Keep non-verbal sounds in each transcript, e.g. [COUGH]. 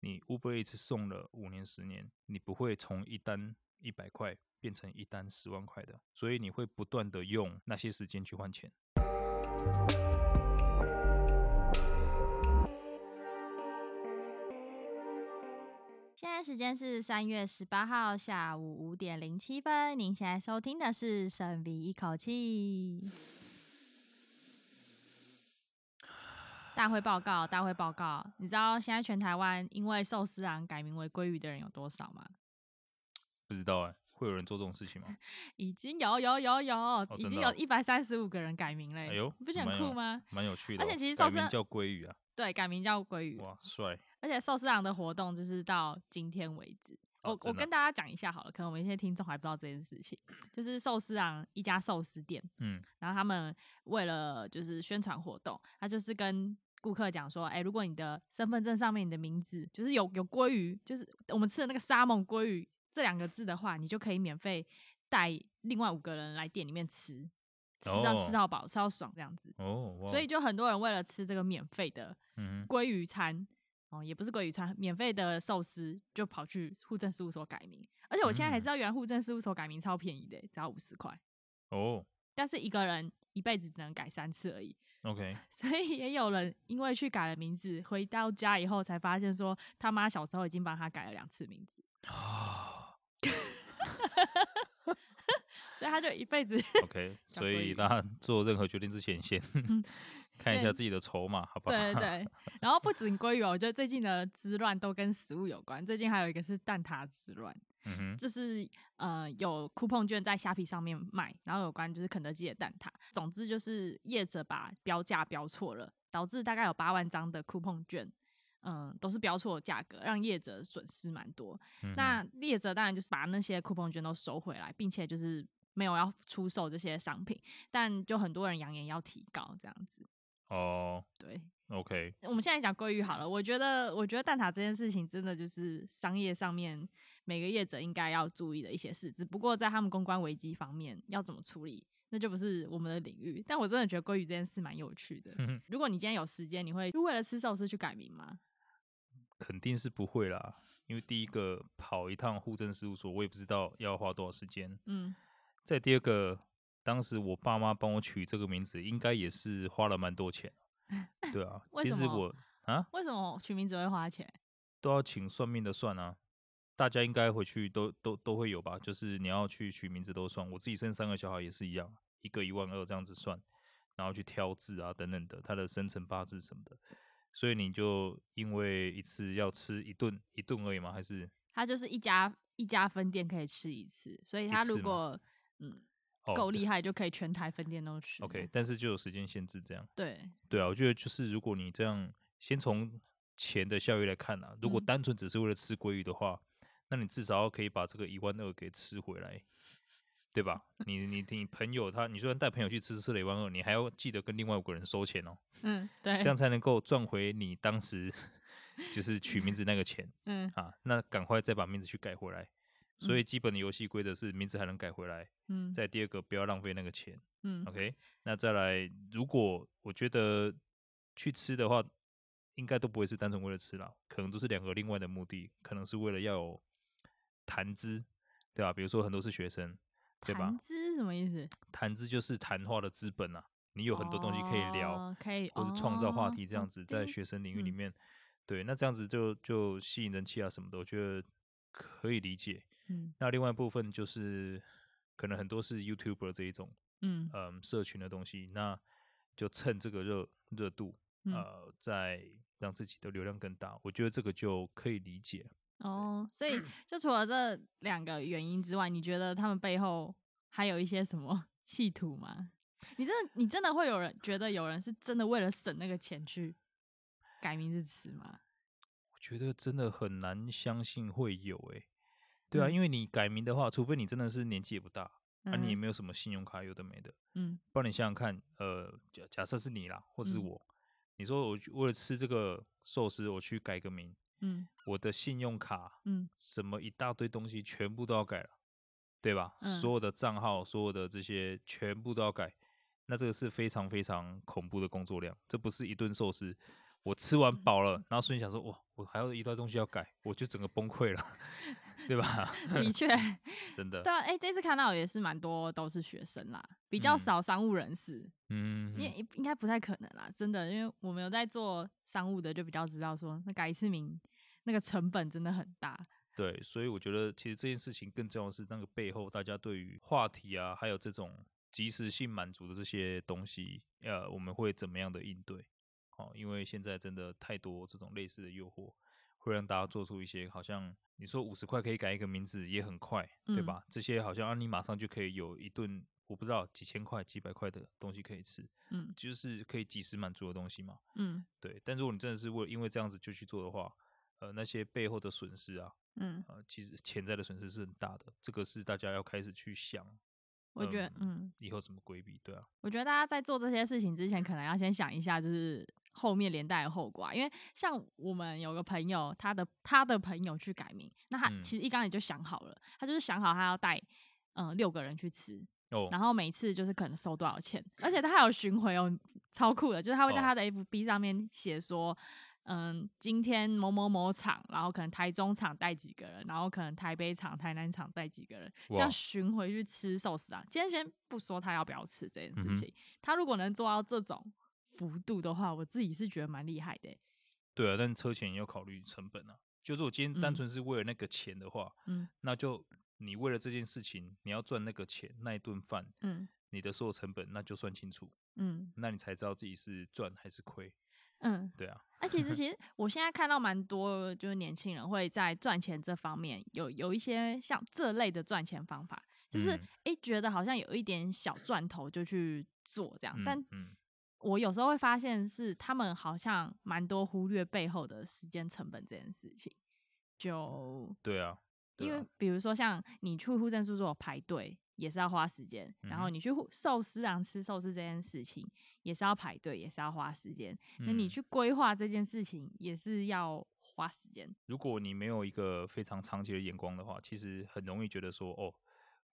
你 Uber 一次送了五年十年，你不会从一单一百块变成一单十万块的，所以你会不断的用那些时间去换钱。现在时间是三月十八号下午五点零七分。您现在收听的是《深 V 一口气》。大会报告，大会报告。你知道现在全台湾因为寿司郎改名为鲑鱼的人有多少吗？不知道哎、会有人做这种事情吗？哎已经有有有有，已真经的有哦一百三十五个人改名了耶、哎呦你不觉得很蛮有酷吗？蛮有趣的哦、而且其实改寿司名叫鲑鱼啊，对，改名叫鲑鱼。哇，帅！而且寿司郎的活动就是到今天为止。哦我、我真的跟大家讲一下好了，可能我们一些听众还不知道这件事情，就是寿司郎一家寿司店，嗯，然后他们为了就是宣传活动，他就是跟顾客讲说，哎、如果你的身份证上面你的名字就是有有鲑鱼，就是我们吃的那个沙蒙鲑鱼这两个字的话，你就可以免费带另外五个人来店里面吃，吃到、哦吃到饱，吃到爽这样子。哦，哇，所以就很多人为了吃这个免费的嗯哼，鲑鱼餐哦，也不是鲑鱼餐，免费的寿司就跑去户政事务所改名，而且我现在还知道，原来户政事务所改名超便宜的欸，只要五十块，哦但是一个人一辈子只能改三次而已， [LAUGHS] ，OK，所以也有人因为去改了名字，回到家以后才发现说他妈小时候已经帮他改了两次名字，啊所以他就一辈子，OK， [LAUGHS] 小所鲑以鱼嗯大家做任何决定之前先 [LAUGHS] 看一下先自己的筹码，好不好？对对对，然后不止鲑鱼哦，我觉得最近的之乱都跟食物有关，最近还有一个是蛋挞之乱。嗯哼，就是呃有 coupon 券在虾皮上面卖，然后有关就是肯德基的蛋挞，总之就是业者把标价标错了，导致大概有八万张的 coupon 券。嗯，都是标错价格，让业者损失蛮多。嗯哼那业者当然就是把那些 coupon 券都收回来，并且就是没有要出售这些商品，但就很多人扬言要提高这样子。哦对， ，OK，我们现在讲鲑鱼好了，我觉得，我觉得蛋挞这件事情真的就是商业上面每个业者应该要注意的一些事，只不过在他们公关危机方面要怎么处理，那就不是我们的领域。但我真的觉得鲑鱼这件事蛮有趣的。嗯哼哼如果你今天有时间，你会就为了吃寿司去改名吗？肯定是不会啦，因为第一个跑一趟户政事务所，我也不知道要花多少时间。嗯，再第二个，当时我爸妈帮我取这个名字，应该也是花了蛮多 [LAUGHS]，钱。对啊为其什实么我啊为什么取名字会花钱？都要请算命的算啊，大家应该回去都都都会有吧？就是你要去取名字都算，我自己生三个小孩也是一样，一个一万二这样子算，然后去挑字啊等等的，他的生辰八字什么的。所以你就因为一次要吃一顿一顿而已吗？还是它就是一家一家分店可以吃一次，所以它次如吗果嗯哦够厉害，就可以全台分店都吃。 OK，但是就有时间限制这样。对，对啊，我觉得就是如果你这样先从钱的效益来看啊，如果嗯单纯只是为了吃鲑鱼的话，那你至少可以把这个一万二给吃回来，对吧？你你你朋友他，你虽然带朋友去吃吃了一万二，你还要记得跟另外五个人收钱哦，嗯， [LAUGHS] 对，这样才能够赚回你当时就是取名字那个钱嗯啊。那赶快再把名字去改回来。所以基本的游戏规则是名字还能改回来，嗯再第二个不要浪费那个钱。嗯 OK，那再来，如果我觉得去吃的话，应该都不会是单纯为了吃啦，可能都是两个另外的目的，可能是为了要有谈资，对吧、比如说很多是学生，对吧谈资是什么意思？谈资就是谈话的资本啊，你有很多东西可以聊，哦可以或者创造话哦题这好样子，在的学生领域里嗯面，对，那这样子就就吸引人气啊什么的，我觉得可以理解。嗯那另外一部分就是可能很多是 YouTuber 这一种，嗯嗯社群的东西，那就趁这个热热度，嗯呃，再让自己的流量更大，我觉得这个就可以理解。哦，所以就除了这两个原因之外，你觉得他们背后还有一些什么 [LAUGHS] 企图吗？你真的你真的会有人觉得有人是真的为了省那个钱去改名字词吗？我觉得真的很难相信会有诶、对啊，嗯因为你改名的话，除非你真的是年纪也不大，啊，你也嗯没有什么信用卡，有的没的。嗯不然你想想看，呃，假假设是你啦，或是嗯我，你说我去为了吃这个寿司，我去改个名，嗯我的信用卡 [LAUGHS] 嗯什么一大堆东西全部都要改了，对吧？嗯所有的账号、所有的这些全部都要改，那这个是非常非常恐怖的工作量，这不是一顿寿司。我吃完饱嗯了，然后瞬间想说，哇，我还有一道东西要改，我就整个崩溃了， [LAUGHS] 对吧？的确， [LAUGHS] 真的 [LAUGHS] 对，啊，哎、这次看到也是蛮多都是学生啦，比较嗯少商务人士，嗯，因为应该不太可能啦，真的，因为我们有在做商务的，就比较知道说那改一次名那个成本真的很大，对，所以我觉得其实这件事情更重要的是那个背后大家对于话题啊，还有这种即时性满足的这些东西，呃，我们会怎么样的应对？哦，因为现在真的太多这种类似的诱惑，会让大家做出一些好像你说五十块可以改一个名字也很快，对嗯吧？这些好像啊，你马上就可以有一顿我不知道几千块、几百块的东西可以吃，嗯就是可以及时满足的东西嘛。嗯对，但如果你真的是为了因为这样子就去做的话，呃，那些背后的损失啊，嗯，呃，其实潜在的损失是很大的，这个是大家要开始去想我觉得嗯嗯，以后怎么规避，对啊，我觉得大家在做这些事情之前，可能要先想一下，就是后面连带的后果、啊。因为像我们有个朋友，他的他的朋友去改名，那他嗯其实一刚也就想好了，他就是想好他要带嗯、呃六个人去吃，哦，然后每次就是可能收多少钱，而且他还有巡回哦，超酷的，就是他会在哦他的 FB 上面写说。嗯，今天某某某厂，然后可能台中厂带几个人，然后可能台北厂、台南厂带几个人，这样哇巡回去吃寿司啊。今天先不说他要不要吃这件嗯事哼情，他如果能做到这种幅度的话，我自己是觉得蛮厉害的欸、对啊，但车钱也要考虑成本啊，就是我今天单嗯纯是为了那个钱的话，嗯那就你为了这件事情，你要赚那个钱那一顿饭，嗯你的所有成本那就算清楚，嗯那你才知道自己是赚还是亏，嗯，对啊，那其实，其实我现在看到蛮多，就是年轻人会在赚钱这方面有有一些像这类的赚钱方法，就是诶嗯觉得好像有一点小赚头就去做这样，嗯但嗯，我有时候会发现是他们好像蛮多忽略背后的时间成本这件事情，就对啊，对因为啊比如说像你去户政事务所排队也是要花时间，然后嗯哼你去户寿司郎吃寿司这件事情也是要排队，也是要花时间。那你嗯去规划这件事情也是要花时间。如果你没有一个非常长期的眼光的话，其实很容易觉得说，哦，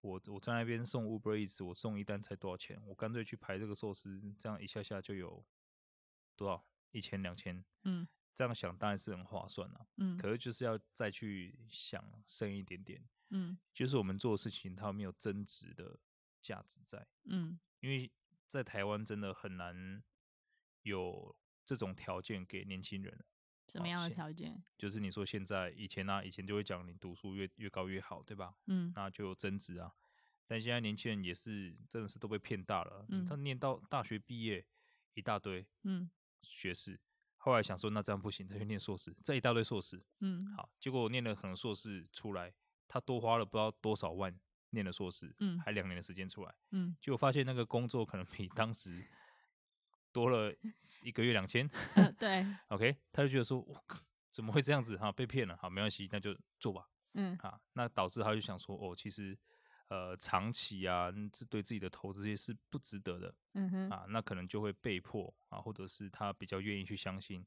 我我在那边送 Uber Eats，我送一单才多少钱？我干脆去排这个寿司，这样一下下就有多少一千两千，嗯，这样想当然是很划算了、嗯可是就是要再去想深一点点，嗯就是我们做的事情它有没有增值的价值在。嗯因为在台湾真的很难有这种条件给年轻人。什么哦样的现条件？就是你说现在以前啊，以前就会讲你读书越越高越好，对吧？嗯那就有增值啊。但现在年轻人也是真的是都被骗大了，嗯他念到大学毕业一大堆嗯学士，后来想说那这样不行，再去念硕士，这一大堆硕士，嗯好，结果我念了可能硕士出来，他多花了不知道多少万念了硕士，嗯还两年的时间出来，嗯结果发现那个工作可能比当时多了一个月两千，呃，对， OK，他就觉得说，我靠 [LAUGHS] 怎么会这样子哈、被骗了，好，没关系，那就做吧嗯啊。那导致他就想说，哦，其实呃长期啊，嗯这对自己的投资也是不值得的嗯哼，啊。那可能就会被迫啊，或者是他比较愿意去相信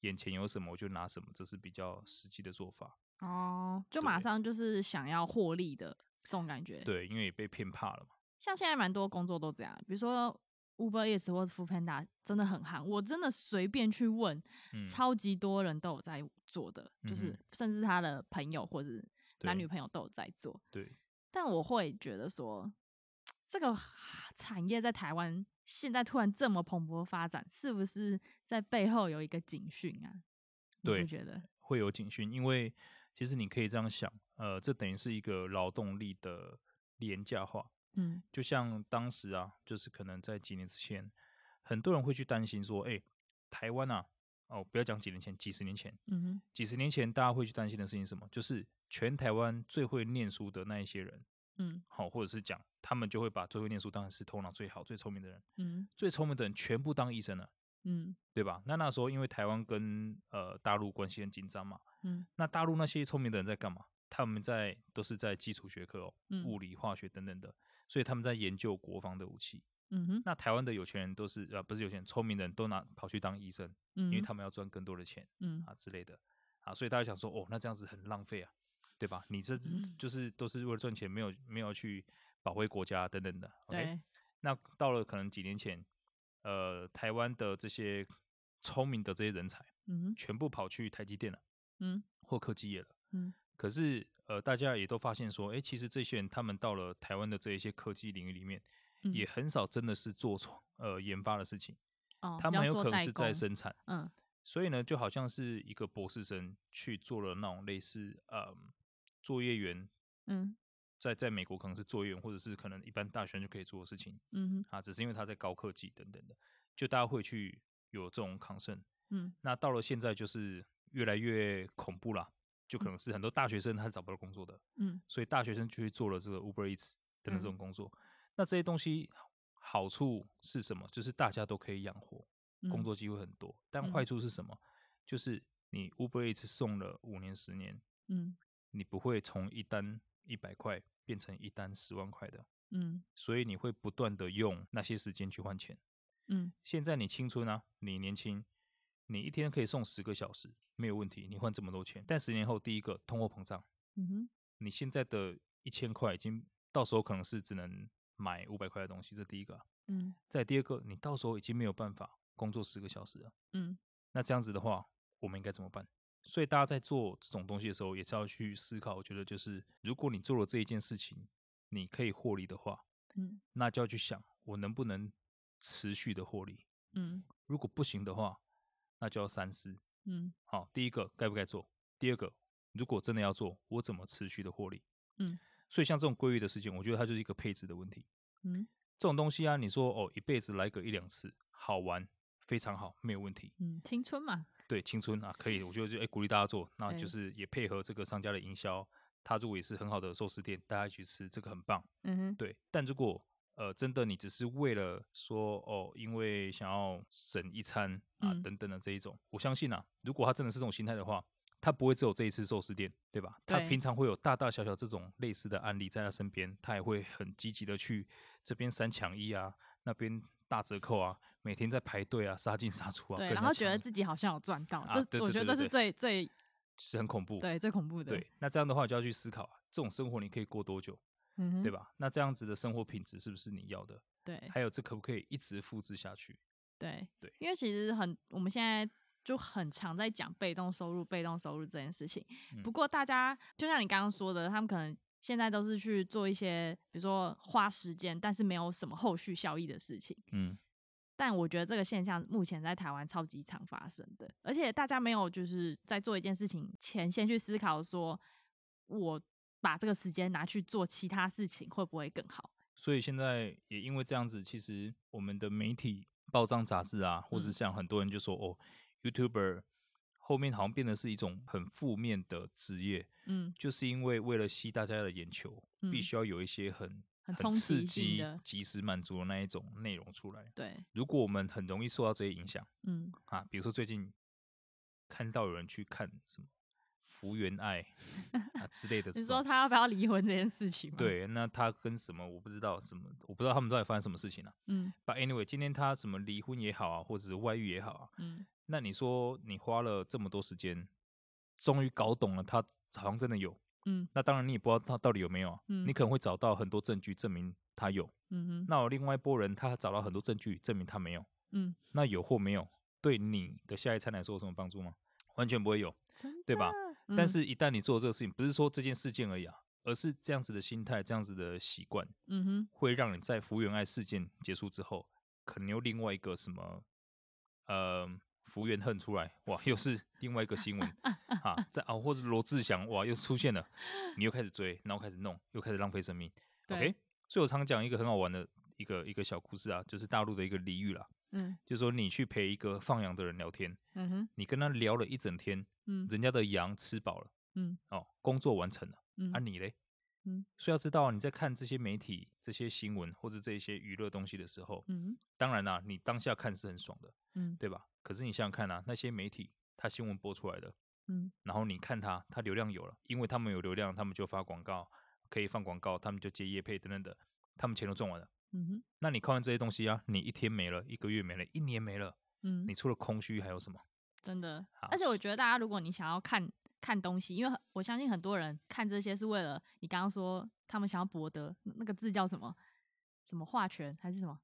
眼前有什么我就拿什么，这是比较实际的做法。哦，就马对上就是想要获利的这种感觉。对，因为也被骗怕了嘛。像现在蛮多工作都这样，比如说 Uber Eats 或是 f o o Panda 真的很夯，我真的随便去问，嗯，超级多人都有在做的，就嗯是甚至他的朋友或者男对女朋友都有在做。对，但我会觉得说，这个产业在台湾现在突然这么蓬勃发展，是不是在背后有一个警讯啊？你不对觉得？会有警讯，因为其实你可以这样想，呃，这等于是一个劳动力的廉价化。嗯就像当时啊，就是可能在几年之前，很多人会去担心说，哎、台湾啊，哦，不要讲几年前，几十年前，嗯哼几十年前大家会去担心的事情是什么？就是全台湾最会念书的那一些人，嗯好、或者是讲他们就会把最会念书当然是头脑最好、最聪明的人，嗯最聪明的人全部当医生了，嗯对吧？那那时候因为台湾跟呃大陆关系很紧张嘛，嗯那大陆那些聪明的人在干嘛？他们在都是在基础学科哦，嗯物理、化学等等的，所以他们在研究国防的武器。嗯哼，那台湾的有钱人都是呃，不是有钱人，聪明的人都拿跑去当医生，因因为他们要赚更多的钱嗯啊之类的啊，所以大家想说，哦，那这样子很浪费啊，对吧？你这嗯就是都是为了赚钱，没有没有去保卫国家等等的。OK，对那到了可能几年前，呃，台湾的这些聪明的这些人才，嗯全部跑去台积电了嗯或科技业了。嗯可是呃，大家也都发现说，哎、其实这些人他们到了台湾的这一些科技领域里面，嗯也很少真的是做创呃研发的事情，哦，他比们很较有做可能代是在工生产。嗯所以呢，就好像是一个博士生去做了那种类似呃作业员，嗯在在美国可能是作业员，或者是可能一般大学生就可以做的事情嗯哼啊，只是因为他在高科技等等的，就大家会去有这种 concern。嗯那到了现在，就是越来越恐怖啦，就可能是很多大学生他是找不到工作的，嗯所以大学生就去做了这个 Uber Eats 等等这种工作。那这些东西好处是什么？就是大家都可以养活，工嗯作机会很多。但嗯坏处是什么？就是你 Uber Eats 送了五年、十年，嗯你不会从一单一百块变成一单十万块的，嗯所以你会不断的用那些时间去换钱。嗯现在你青春啊，你年轻，你一天可以送十个小时，没有问题，你换这么多钱。但十年后，第一个通货膨胀，嗯哼你现在的一千块已经到时候可能是只能买五百块的东西，这第一个啊。嗯再第二个，你到时候已经没有办法工作十个小时了。嗯那这样子的话，我们应该怎么办？所以大家在做这种东西的时候，也是要去思考。我觉得就是，如果你做了这一件事情，你可以获利的话，嗯那就要去想，我能不能持续的获利？嗯如果不行的话，那就要三思。嗯好，第一个该不该做？第二个，如果真的要做，我怎么持续的获利？嗯，所以像这种规律的事情，我觉得它就是一个配置的问题。嗯这种东西啊，你说哦，一辈子来个一两次，好玩，非常好，没有问题。嗯，青春嘛，对青春啊，可以，我觉得就哎、鼓励大家做，那对就是也配合这个商家的营销，它如果也是很好的寿司店，大家一起吃，这个很棒。嗯哼对，但如果呃真的你只是为了说哦，因为想要省一餐啊、嗯等等的这一种，我相信啊，如果他真的是这种心态的话，他不会只有这一次寿司店，对吧？他对平常会有大大小小这种类似的案例在他身边，他也会很积极的去这边三抢一啊，那边大折扣啊，每天在排队啊，杀进杀出啊，跟对，人然家后觉抢得啊自己好像有赚到，啊对这对我觉对得对这是最最是很恐怖。对最恐怖的，对，那这样的话就要去思考啊，这种生活你可以过多久，嗯哼对吧？那这样子的生活品质是不是你要的？对还有这可不可以一直复制下去？对对因为其实很我们现在。就很常在讲被动收入、被动收入这件事情。嗯不过大家就像你刚刚说的，他们可能现在都是去做一些，比如说花时间，但是没有什么后续效益的事情。嗯，但我觉得这个现象目前在台湾超级常发生的，而且大家没有就是在做一件事情前先去思考说，我把这个时间拿去做其他事情会不会更好？所以现在也因为这样子，其实我们的媒体、报章、杂志啊，或嗯是像很多人就说哦，YouTuber 后面好像变得是一种很负面的职业，嗯就是因为为了吸大家的眼球，必嗯须要有一些很很冲刺击性激的、及时满足的那一种内容出来。对，如果我们很容易受到这些影响。嗯，啊，比如说最近看到有人去看什么福原爱啊之类的这 [LAUGHS] 你说种，他要不要离婚这件事情吗？，对，那他跟什么我不知道什么，我不知道他们到底发生什么事情了、啊嗯 But anyway，今天他什么离婚也好啊，或者是外遇也好啊，嗯那你说你花了这么多时间，终于搞懂了他好像真的有，嗯那当然你也不知道他到底有没有啊、嗯你可能会找到很多证据证明他有，嗯哼那有另外一波人他找到很多证据证明他没有，嗯，那有或没有对你的下一餐来说有什么帮助吗？完全不会有。真对吧的？但嗯是，一旦你做这个事情，不是说这件事件而已啊，而是这样子的心态、这样子的习惯，嗯哼会让你在福原爱事件结束之后，可能又另外一个什么，呃，福原恨出来，哇，又是另外一个新 [LAUGHS] 闻啊，在啊，或者罗志祥，哇，又出现了，你又开始追，然后开始弄，又开始浪费生命。OK，对所以我常讲一个很好玩的一个一个小故事啊，就是大陆的一个俚语啦，嗯就是说你去陪一个放羊的人聊天，嗯哼你跟他聊了一整天，嗯人家的羊吃饱了。嗯哦，工作完成了，啊嗯你嘞？嗯，所以要知道你在看这些媒体、这些新闻或者这些娱乐东西的时候，嗯当然啦、你当下看是很爽的，嗯对吧？可是你想想看啊，那些媒体它新闻播出来的，嗯然后你看它，它流量有了，因为他们有流量，他们就发广告，可以放广告，他们就接业配等等的，他们钱都赚完了。嗯哼那你看完这些东西啊，你一天没了，一个月没了，一年没了，嗯，你除了空虚还有什么？真的好。而且我觉得大家，如果你想要看看东西，因为很我相信很多人看这些是为了你刚刚说他们想要博得那个字叫什么什么化权还是什么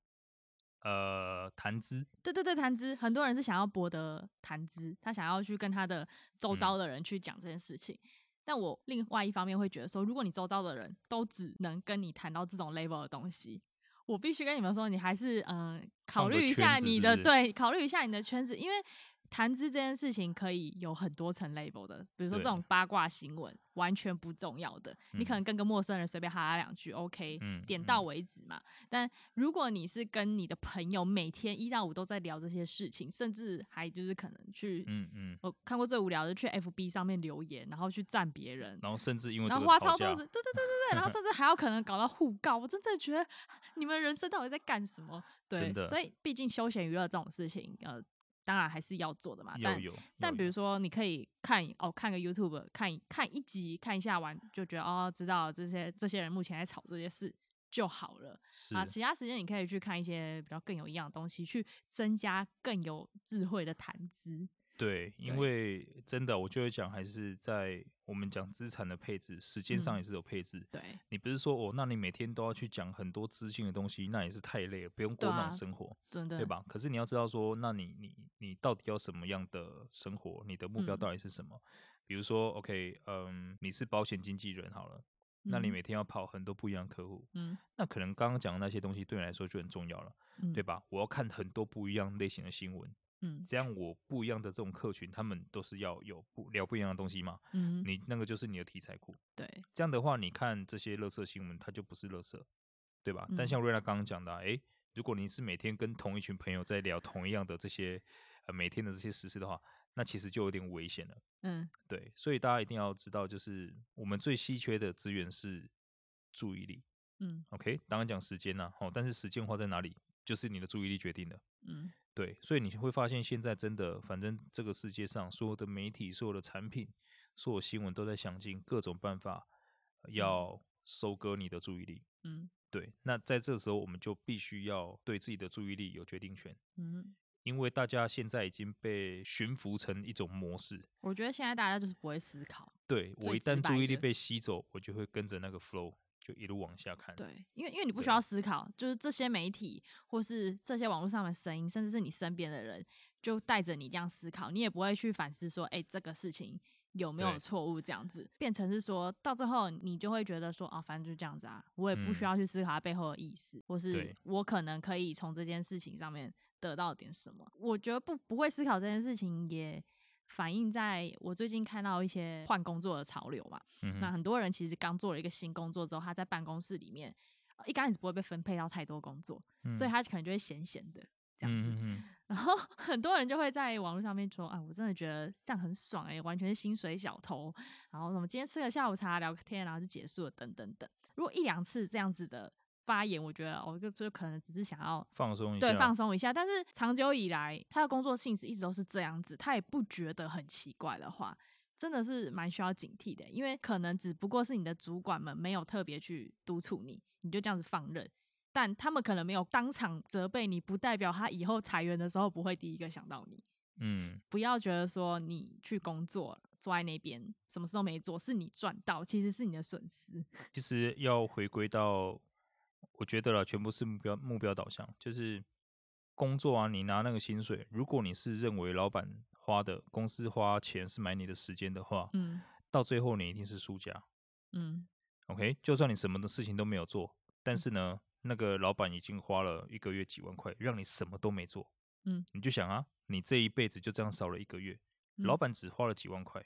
呃谈资，对对对，谈资，很多人是想要博得谈资，他想要去跟他的周嗯遭的人去讲这件事情。但我另外一方面会觉得说，如果你周遭的人都只能跟你谈到这种 level 的东西，我必须跟你们说，你还是嗯、呃考个虑圈一下子你是的不是对，考虑一下你的圈子，因为谈资这件事情可以有很多层 level 的，比如说这对种八卦新闻完全不重要的，你可嗯能跟个陌生人随便哈拉两句，OK，嗯点到嗯为止嘛。但如果你是跟你的朋友每天一到五都在聊这些事情，甚至还就是可能去，嗯嗯，我看过最无聊的，去 FB 上面留言，然后去赞别人，然后甚至因为这然后个花吵超架多时，对对对对对，然后甚至还有可能搞到互告，我真的觉得你们人生到底在干什么？对真的，所以毕竟休闲娱乐这种事情，呃，当然还是要做的嘛。有但有，但有比有如说，你可以看哦，看个 YouTube，看一看一集，看一下完就觉得哦，知道这些这些人目前在吵这些事就好了。是啊，其他时间你可以去看一些比较更有营养的东西，去增加更有智慧的谈资。对，因对为真的，我就会讲，还是在我们讲资产的配置，时间上嗯也是有配置。对，你不是说哦，那你每天都要去讲很多资讯的东西，那也是太累了，不用对过那啊种生活，真的，对？吧？可是你要知道说，那你你你到底要什么样的生活？你的目标嗯到底是什么？比如说，OK，嗯，你是保险经纪人好了，那你嗯每天要跑很多不一样的客户，嗯，那可能刚刚讲的那些东西对你来说就很重要了，嗯对？吧？我要看很多不一样类型的新闻，嗯这样我不一样的这种客群，他们都是要有不聊不一样的东西嘛。嗯，你那个就是你的题材库。对，这样的话，你看这些乐色新闻，它就不是乐色，对吧？但嗯像瑞拉刚刚讲的、啊，诶、如果你是每天跟同一群朋友在聊同一样的这些呃每天的这些实事的话，那其实就有点危险了。嗯对，所以大家一定要知道，就是我们最稀缺的资源是注意力。嗯 OK，当然讲时间呐、哦，但是时间花在哪里，就是你的注意力决定的。嗯对，所以你会发现现在真的，反正这个世界上所有的媒体、所有的产品、所有新闻都在想尽各种办法呃要收割你的注意力。嗯对，那在这时候我们就必须要对自己的注意力有决定权，嗯，因为大家现在已经被驯服成一种模式。我觉得现在大家就是不会思考，对我最一直旦白注意力的被吸走，我就会跟着那个 flow 就一路往下看。对，因为因为你不需对要思考，就是这些媒体或是这些网络上的声音，甚至是你身边的人，就带着你这样思考，你也不会去反思说，哎、这个事情有没有对错误，这样子变成是说到最后，你就会觉得说，哦，反正就这样子啊，我也不需嗯要去思考它背后的意思，或是对我可能可以从这件事情上面得到点什么。我觉得不不会思考这件事情也。反映在我最近看到一些换工作的潮流嘛，嗯那哼，很多人其实刚做了一个新工作之后，他在办公室里面呃一开始不会被分配到太多工作，所嗯以他可能就会闲闲的这样嗯子。嗯然后很多人就会在网络上面说：“啊，我真的觉得这样很爽哎、完全是薪水小偷。”然后什么今天吃个下午茶聊个天，然后就结束了，等等等。如果一两次这样子的发言，我觉得我、哦、就就可能只是想要放松一下，对，放松一下。但是长久以来，他的工作性质一直都是这样子，他也不觉得很奇怪的话，真的是蛮需要警惕的，因为可能只不过是你的主管们没有特别去督促你，你就这样子放任。但他们可能没有当场责备你，不代表他以后裁员的时候不会第一个想到你。嗯，不要觉得说你去工作坐在那边什么事都没做，是你赚到，其实是你的损失。其实要回归到，我觉得了，全部是目标目标导向，就是工作啊，你拿那个薪水，如果你是认为老板花的公司花钱是买你的时间的话，嗯到最后你一定是输家。嗯 OK，就算你什么的事情都没有做，但是呢，那个老板已经花了一个月几万块，让你什么都没做，嗯，你就想啊，你这一辈子就这样少了一个月，老嗯板只花了几万块，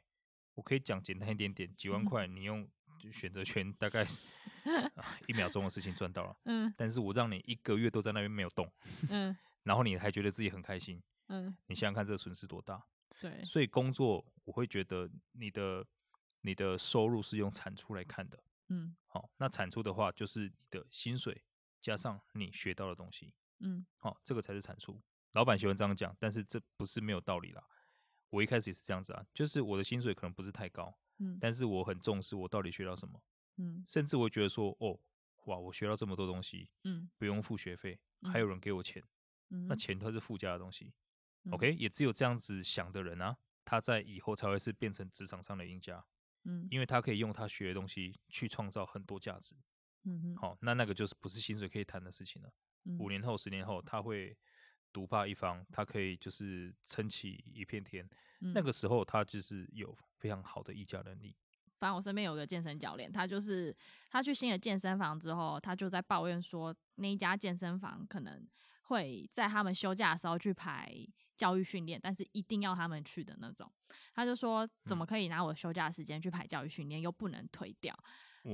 我可以讲简单一点点，几 [LAUGHS] 万块你用选择权大概啊一秒钟的事情赚到了，嗯但是我让你一个月都在那边没有动，嗯然后你还觉得自己很开心，嗯，你想想看这个损失多大。对，所以工作我会觉得你的你的收入是用产出来看的，嗯好、那产出的话就是你的薪水加上你学到的东西，嗯好、这个才是产出。老板喜欢这样讲，但是这不是没有道理啦。我一开始也是这样子啊，就是我的薪水可能不是太高，嗯但是我很重视我到底学到什么，嗯甚至我会觉得说，哦，哇，我学到这么多东西，嗯不用付学费，嗯还有人给我钱，嗯，那钱它是附加的东西。嗯 OK，也只有这样子想的人啊，他在以后才会是变成职场上的赢家，嗯因为他可以用他学的东西去创造很多价值。嗯哼哦好、那那个就是不是薪水可以谈的事情了。五嗯年后、十年后，他会独霸一方，他可以就是撑起一片天。那嗯个时候，他就是有非常好的议价能力。反正我身边有个健身教练，他就是他去新的健身房之后，他就在抱怨说，那一家健身房可能会在他们休假的时候去排教育训练，但是一定要他们去的那种。他就说，怎嗯么可以拿我休假的时间去排教育训练，又不能推掉？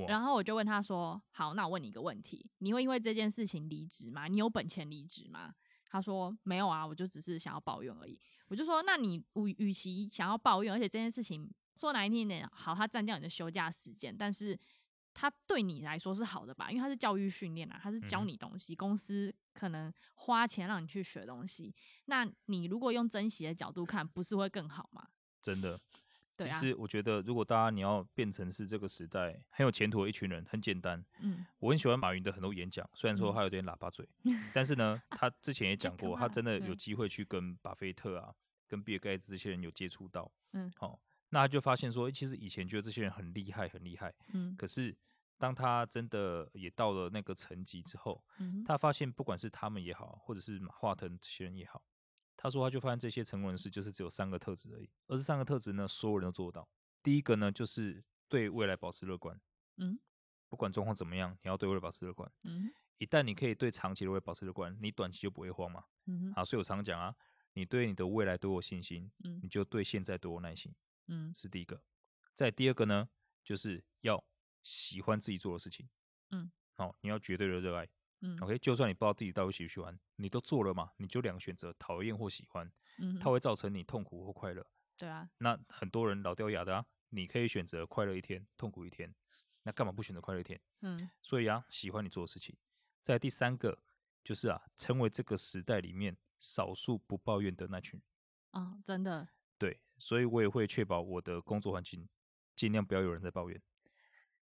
然哇，后我就问他说：“好，那我问你一个问题，你会因为这件事情离职吗？你有本钱离职吗？”他说：“没有啊，我就只是想要抱怨而已。”我就说：“那你与与其想要抱怨，而且这件事情说难听一点，好，它占掉你的休假时间，但是它对你来说是好的吧？因为它是教育训练啊，它是嗯教哼你东西，公司可能花钱让你去学东西。那你如果用珍惜的角度看，不是会更好吗？真的，对啊其，实我觉得，如果大家你要变成是这个时代很有前途的一群人，很简单。嗯，我很喜欢马云的很多演讲，虽然说嗯他有点喇叭 [LAUGHS] 嘴，但是呢，他之前也太讲可过，怕他了真的有嗯机会去跟巴菲特啊、跟比尔盖茨这些人有接触到。嗯好、那他就发现说，诶其实以前觉得这些人很厉害，很厉害，嗯可是当他真的也到了那个层级之后，嗯哼，他发现不管是他们也好，或者是马化腾这些人也好，他说他就发现这些成功人士就是只有三个特质而已，而这三个特质呢，所有人都做得到。第一个呢，就是对未来保持乐观，嗯不管状况怎么样，你要对未来保持乐观。嗯哼一旦你可以对长期的未来保持乐观，你短期就不会慌嘛。嗯哼啊，所以我常讲啊，你对你的未来多有信心，嗯你就对现在多有耐心，嗯是第一个。再第二个呢，就是要喜欢自己做的事情。嗯，好、你要绝对的热爱。嗯 OK，就算你不知道自己到底喜不喜欢，你都做了嘛，你就两个选择，讨厌或喜欢，嗯它哼会造成你痛苦或快乐。对啊，那很多人老掉牙的啊，你可以选择快乐一天，痛苦一天，那干嘛不选择快乐一天？嗯所以啊，喜欢你做的事情。在第三个就是啊，成为这个时代里面少数不抱怨的那群人。啊、真的，对，所以我也会确保我的工作环境尽量不要有人在抱怨。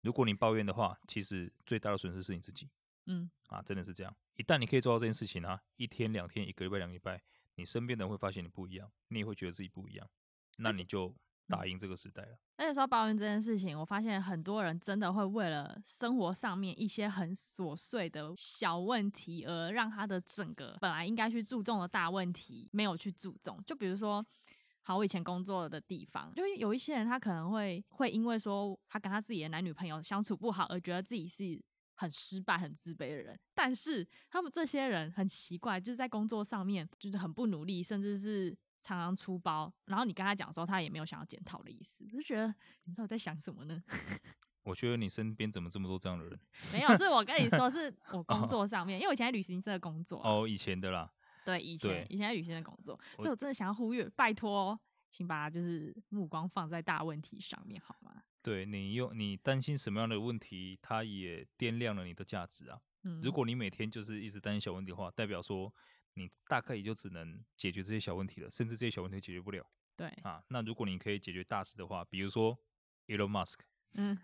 如果你抱怨的话，其实最大的损失是你自己。嗯啊，真的是这样。一旦你可以做到这件事情啊，一天、两天、一个礼拜、两个礼拜，你身边的人会发现你不一样，你也会觉得自己不一样，那你就打赢这个时代了。而且说到抱怨这件事情，我发现很多人真的会为了生活上面一些很琐碎的小问题，而让他的整个本来应该去注重的大问题没有去注重。就比如说，好，我以前工作的地方，就是有一些人他可能会会因为说他跟他自己的男女朋友相处不好，而觉得自己是。很失败、很自卑的人，但是他们这些人很奇怪，就是在工作上面就是很不努力，甚至是常常出包。然后你跟他讲的时候，他也没有想要检讨的意思，我就觉得你到底在想什么呢？ [LAUGHS] 我觉得你身边怎么这么多这样的人？没有，是我跟你说，是我工作上面，因为我以前在旅行社工作啊，哦，以前的啦，对，以前对以前在旅行社工作，我所以我真的想要呼吁，拜托哦，请把就是目光放在大问题上面好吗？对你用你担心什么样的问题，它也掂量了你的价值啊。嗯，如果你每天就是一直担心小问题的话，代表说你大概也就只能解决这些小问题了，甚至这些小问题解决不了对，啊。那如果你可以解决大事的话，比如说 Elon Musk，嗯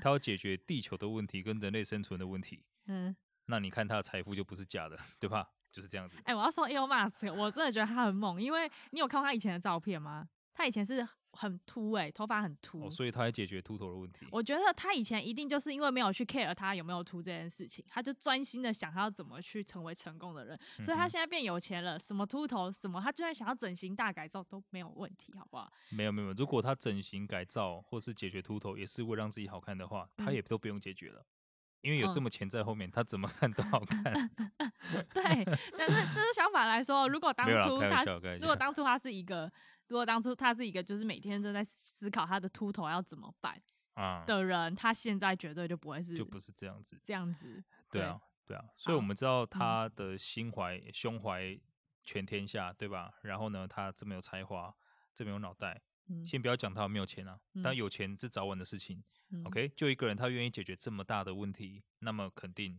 他要 [LAUGHS] 解决地球的问题跟人类生存的问题。嗯，那你看他的财富就不是假的，对吧？就是这样子。哎、我要说 Elon Musk，我真的觉得他很猛，因为你有看过他以前的照片吗？他以前是很秃哎、头发很秃、哦，所以他还解决秃头的问题。我觉得他以前一定就是因为没有去 care 他有没有秃这件事情，他就专心的想他要怎么去成为成功的人，所嗯以他哼现在变有钱了，什么秃头什么，他就算想要整形大改造都没有问题，好不 [LAUGHS] 好？没有没有，如果他整形改造或是解决秃头，也是为了让自己好看的话，他嗯也都不用解决了，因为有这嗯么钱在后面，他怎么看都好 [LAUGHS] 看。对，但是这是相反来说，如果当没有啦初开他玩笑开玩如果笑当初他是一个，如果当初他是一个就是每天都在思考他的秃头要怎么办啊，的人，他现在绝对就不会是就不是这样子。这样子。对对嗯啊，对啊，所以我好们知道他的心怀、胸怀全天下，对吧？然后呢，他这么有才华，这么有脑袋，嗯先不要讲他有没有钱啊，但嗯有钱是早晚的事情。嗯 OK，就一个人他愿意解决这么大的问题，那么肯定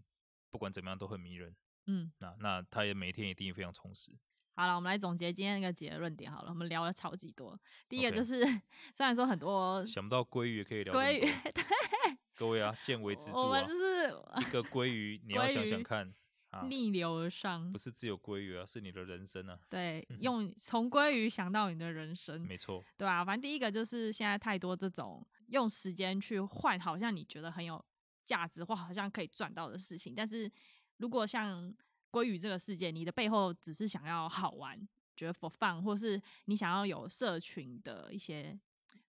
不管怎么样都很迷人。嗯，那那他也每天一定非常充实。好了，我们来总结今天那个结论点好了，我们聊了超级多。第一个 OK 就是虽然说很多想不到鲑鱼也可以聊这么鲑多鱼， [LAUGHS] 对，各位啊，见微知著我啊们，就是一个鲑鱼，你要鲑想想鱼看啊，逆流而上不，是只有鲑鱼啊，是你的人生啊，对嗯，用从鲑鱼想到你的人生，没错，对啊，反正第一个就是现在太多这种用时间去换，好像你觉得很有价值或好像可以赚到的事情，但是如果像鲑鱼这个世界，你的背后只是想要好玩，觉得 for fun，或是你想要有社群的一些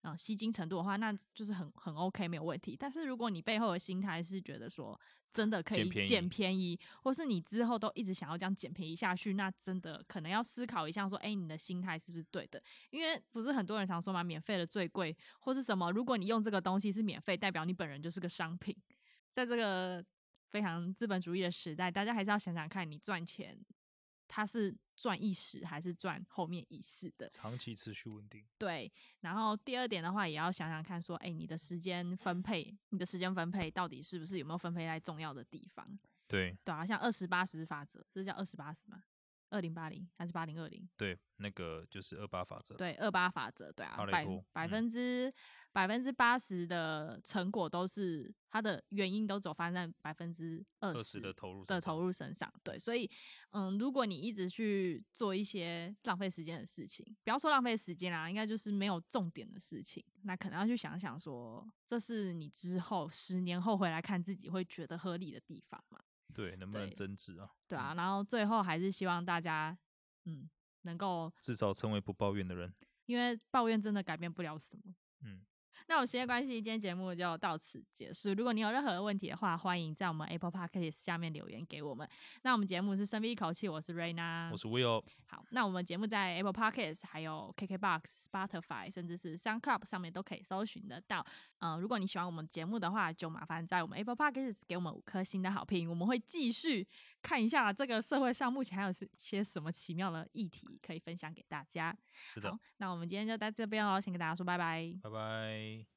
嗯吸睛程度的话，那就是很很 OK 没有问题。但是如果你背后的心态是觉得说真的可捡以便宜捡便宜，或是你之后都一直想要这样捡便宜下去，那真的可能要思考一下说，哎、你的心态是不是对的？因为不是很多人常说嘛，免费的最贵，或是什么？如果你用这个东西是免费，代表你本人就是个商品。在这个非常资本主义的时代，大家还是要想想看，你赚钱，它是赚一时还是赚后面一世的？长期持续稳定。对，然后第二点的话，也要想想看，说，哎，你的时间分配，你的时间分配到底是不是有没有分配在重要的地方？对对啊，像二十八十法则，这叫二十八十吗？二零八零还是八零二零？对，那个就是二八法则。对，二八法则，对啊哈，雷百托百嗯分之百分之八十的成果都是它的原因都只有发生在百分之二二十十的投入的身上投入身上。对，所以嗯，如果你一直去做一些浪费时间的事情，不要说浪费时间啦，应该就是没有重点的事情，那可能要去想想说，这是你之后十年后回来看自己会觉得合理的地方嘛？对，能不能对增值啊？对啊，然后最后还是希望大家嗯能够，至少成为不抱怨的人。因为抱怨真的改变不了什么。嗯，那我们时间关系，今天节目就到此结束。如果你有任何问题的话，欢迎在我们 Apple Podcast 下面留言给我们。那我们节目是深吸一口气，我是瑞娜，我是 Will，好，那我们节目在 Apple Podcast、还有 KKBox、Spotify，甚至是 SoundCloud 上面都可以搜寻得到。嗯、如果你喜欢我们节目的话，就麻烦在我们 Apple Podcast 给我们五颗星的好评，我们会继续看一下这个社会上目前还有是些什么奇妙的议题可以分享给大家。是的好，，那我们今天就到这边喽，先跟大家说拜拜。拜拜。